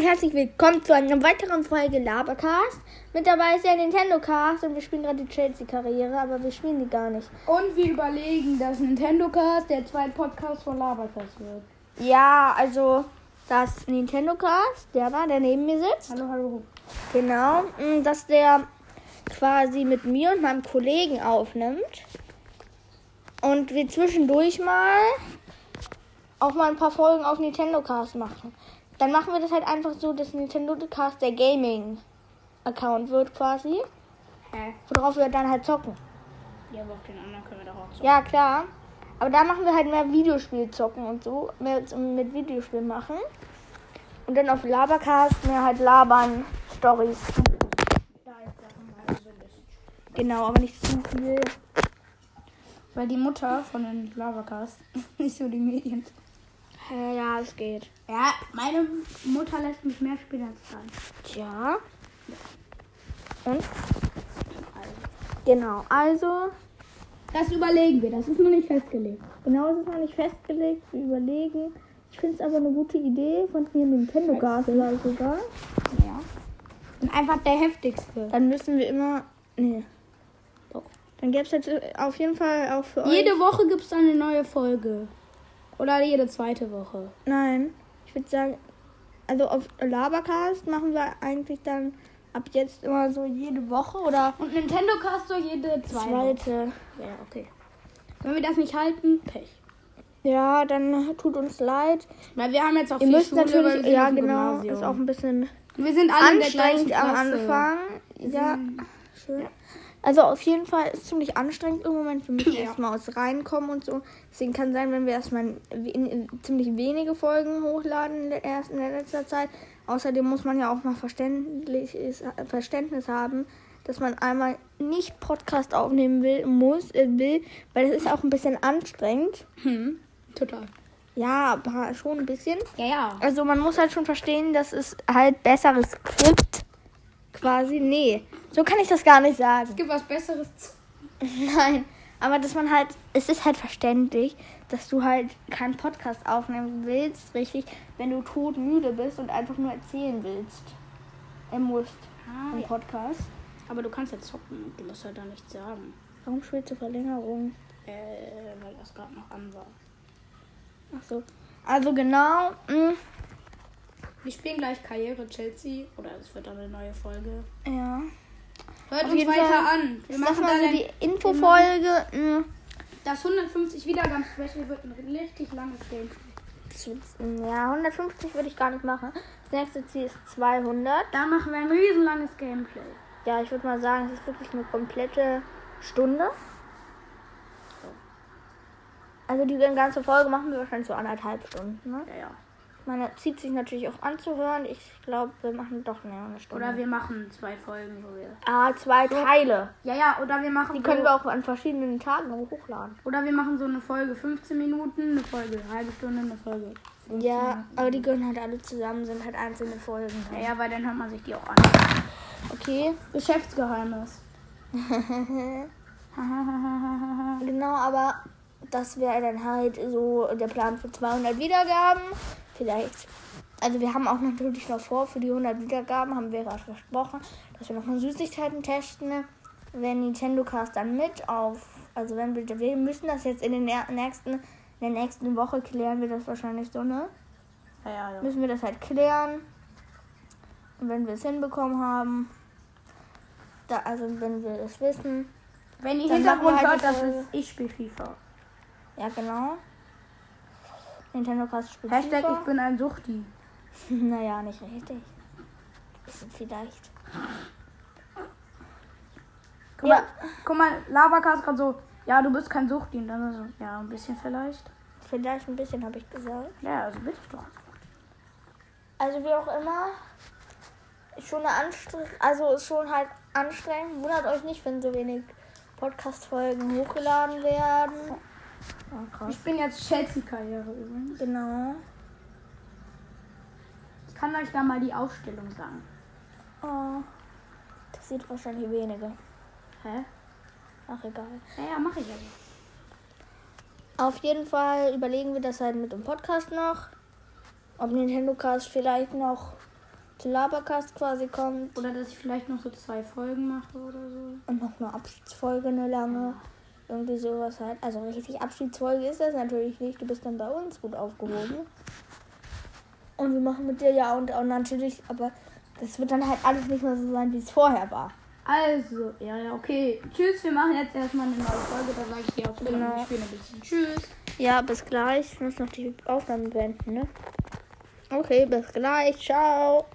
herzlich willkommen zu einer weiteren Folge Labercast. Mit dabei ist der Nintendo Cast und wir spielen gerade die Chelsea-Karriere, aber wir spielen die gar nicht. Und wir überlegen, dass Nintendo Cast der zweite Podcast von Labercast wird. Ja, also das Nintendo Cast, der da, der neben mir sitzt. Hallo, hallo. Genau, mm, dass der quasi mit mir und meinem Kollegen aufnimmt. Und wir zwischendurch mal auch mal ein paar Folgen auf Nintendo Cast machen. Dann machen wir das halt einfach so, dass Nintendo Cast der Gaming-Account wird quasi. Äh, Worauf wir dann halt zocken. ja, aber auf den anderen können wir doch auch zu. Ja, klar. Aber da machen wir halt mehr Videospiel zocken und so. Mehr z- mit Videospiel machen. Und dann auf Labercast mehr halt labern. Stories. Genau, aber nicht zu viel. Weil die Mutter von den Labercast nicht so die Medien. Äh, ja, es geht. Ja, meine Mutter lässt mich mehr spielen als dann. Tja. Und? Genau, also. Das überlegen wir, das ist noch nicht festgelegt. Genau, es ist noch nicht festgelegt. Wir überlegen. Ich finde es aber eine gute Idee von hier Nintendo Gas oder sogar. Ja. Und einfach der heftigste. Dann müssen wir immer. Nee. Doch. Dann gäbe es jetzt äh, auf jeden Fall auch für euch. Jede Woche gibt es eine neue Folge. Oder jede zweite Woche. Nein. Ich würde sagen, also auf Labercast machen wir eigentlich dann ab jetzt immer so jede Woche oder Und Nintendo Cast so jede zweite. zweite. Ja, okay. Wenn wir das nicht halten, Pech. Ja, dann tut uns leid. Weil wir haben jetzt auch Ihr viel müsst Schule, weil wir natürlich, sind ja auf dem genau, Gymnasium. ist auch ein bisschen wir sind alle in der anstrengend gleichen am Klasse. Anfang. Ja, schön. Also auf jeden Fall ist es ziemlich anstrengend im Moment. Wir müssen Ja. erstmal aus reinkommen und so. Deswegen kann sein, wenn wir erstmal in, in, ziemlich wenige Folgen hochladen in der, erst in der letzter Zeit. Außerdem muss man ja auch mal verständlich ist, Verständnis haben, dass man einmal nicht Podcast aufnehmen will, muss, äh, will, weil das ist auch ein bisschen anstrengend. Hm, total. Ja, aber schon ein bisschen. Ja, ja. Also man muss halt schon verstehen, dass es halt besseres Skript quasi. Nee, so kann ich das gar nicht sagen. Es gibt was Besseres. Nein, aber dass man halt, es ist halt verständlich, dass du halt keinen Podcast aufnehmen willst, richtig, wenn du todmüde bist und einfach nur erzählen willst. Äh, musst. Ah, Im Podcast. Aber du kannst ja zocken. Du musst halt da nichts sagen. Warum spielst du Verlängerung? Äh, weil das gerade noch an war. Ach so. Also genau, mh, Wir spielen gleich Karriere Chelsea. Oder es wird dann eine neue Folge. ja. Hört Auf uns jeden weiter Fall. an. Ich Wir sag machen mal dann so ein- die Infofolge. hm, mh, das 150 Wiedergaben Special wird ein richtig langes Game. Ja, 150 würde ich gar nicht machen. Das nächste Ziel ist 200. Da machen wir ein riesenlanges Gameplay. Ja, ich würde mal sagen, es ist wirklich eine komplette Stunde. Also die ganze Folge machen wir wahrscheinlich so anderthalb Stunden. Ne? Ja, ja. Man zieht sich natürlich auch anzuhören. Ich glaube, wir machen doch mehr eine Stunde. Oder wir machen zwei Folgen, wo wir. ah, zwei Teile. Ja, ja, oder wir machen. Die können wir auch an verschiedenen Tagen hochladen. Oder wir machen so eine Folge 15 Minuten, eine Folge eine halbe Stunde, eine Folge. Ja, aber die gehören halt alle zusammen, sind halt einzelne Folgen. Ja, ja, weil dann hört man sich die auch an. Okay. Geschäftsgeheimnis. Genau, aber das wäre dann halt so der Plan für 200 Wiedergaben. Vielleicht. Also wir haben auch natürlich noch vor, für die 100 Wiedergaben haben wir gerade versprochen, dass wir nochmal Süßigkeiten testen. Wenn Nintendo Cast dann mit auf, also wenn wir, wir müssen das jetzt in, den nä- nächsten, in der nächsten Woche klären wir das wahrscheinlich so, ne? ja, ja, ja. Müssen wir das halt klären. Und wenn wir es hinbekommen haben, da, also wenn wir es wissen, Wenn ihr Dann Hintergrund machen wir hört, halt das eine ist ich spiele FIFA. ja genau. Nintendo Cast spielt Hashtag FIFA. ich bin ein Suchti. Naja, nicht richtig. Bisschen vielleicht. Guck Ja. mal, guck mal Labakas gerade so, ja, du bist kein Suchti. Und dann so, ja, ein bisschen vielleicht. Vielleicht ein bisschen, habe ich gesagt. Ja, also bitte doch. Also wie auch immer, ist schon eine Anstrengend, also ist schon halt anstrengend. Wundert euch nicht, wenn so wenig Podcast-Folgen hochgeladen werden. Oh, krass. Ich bin jetzt Chelsea-Karriere übrigens. Genau. Ich kann euch da mal die Aufstellung sagen. Oh, das sieht wahrscheinlich wenige. Hä? Ach, egal. Ja, ja, mach ich ja. Auf jeden Fall überlegen wir das halt mit dem Podcast noch. Ob Nintendo Cast vielleicht noch nächste Labercast quasi kommt. Oder dass ich vielleicht noch so zwei Folgen mache oder so. Und noch eine Abschiedsfolge, eine lange. Irgendwie sowas halt. Also richtig Abschiedsfolge ist das natürlich nicht. Du bist dann bei uns gut aufgehoben. Und wir machen mit dir ja und auch natürlich, aber das wird dann halt alles nicht mehr so sein, wie es vorher war. Also, ja, ja, okay. Tschüss, wir machen jetzt erstmal eine neue Folge. Dann sage ich dir auch wieder, Genau. ich spiele ein bisschen. Tschüss. Ja, bis gleich. Ich muss noch die Aufnahmen beenden, ne? Okay, bis gleich. Ciao.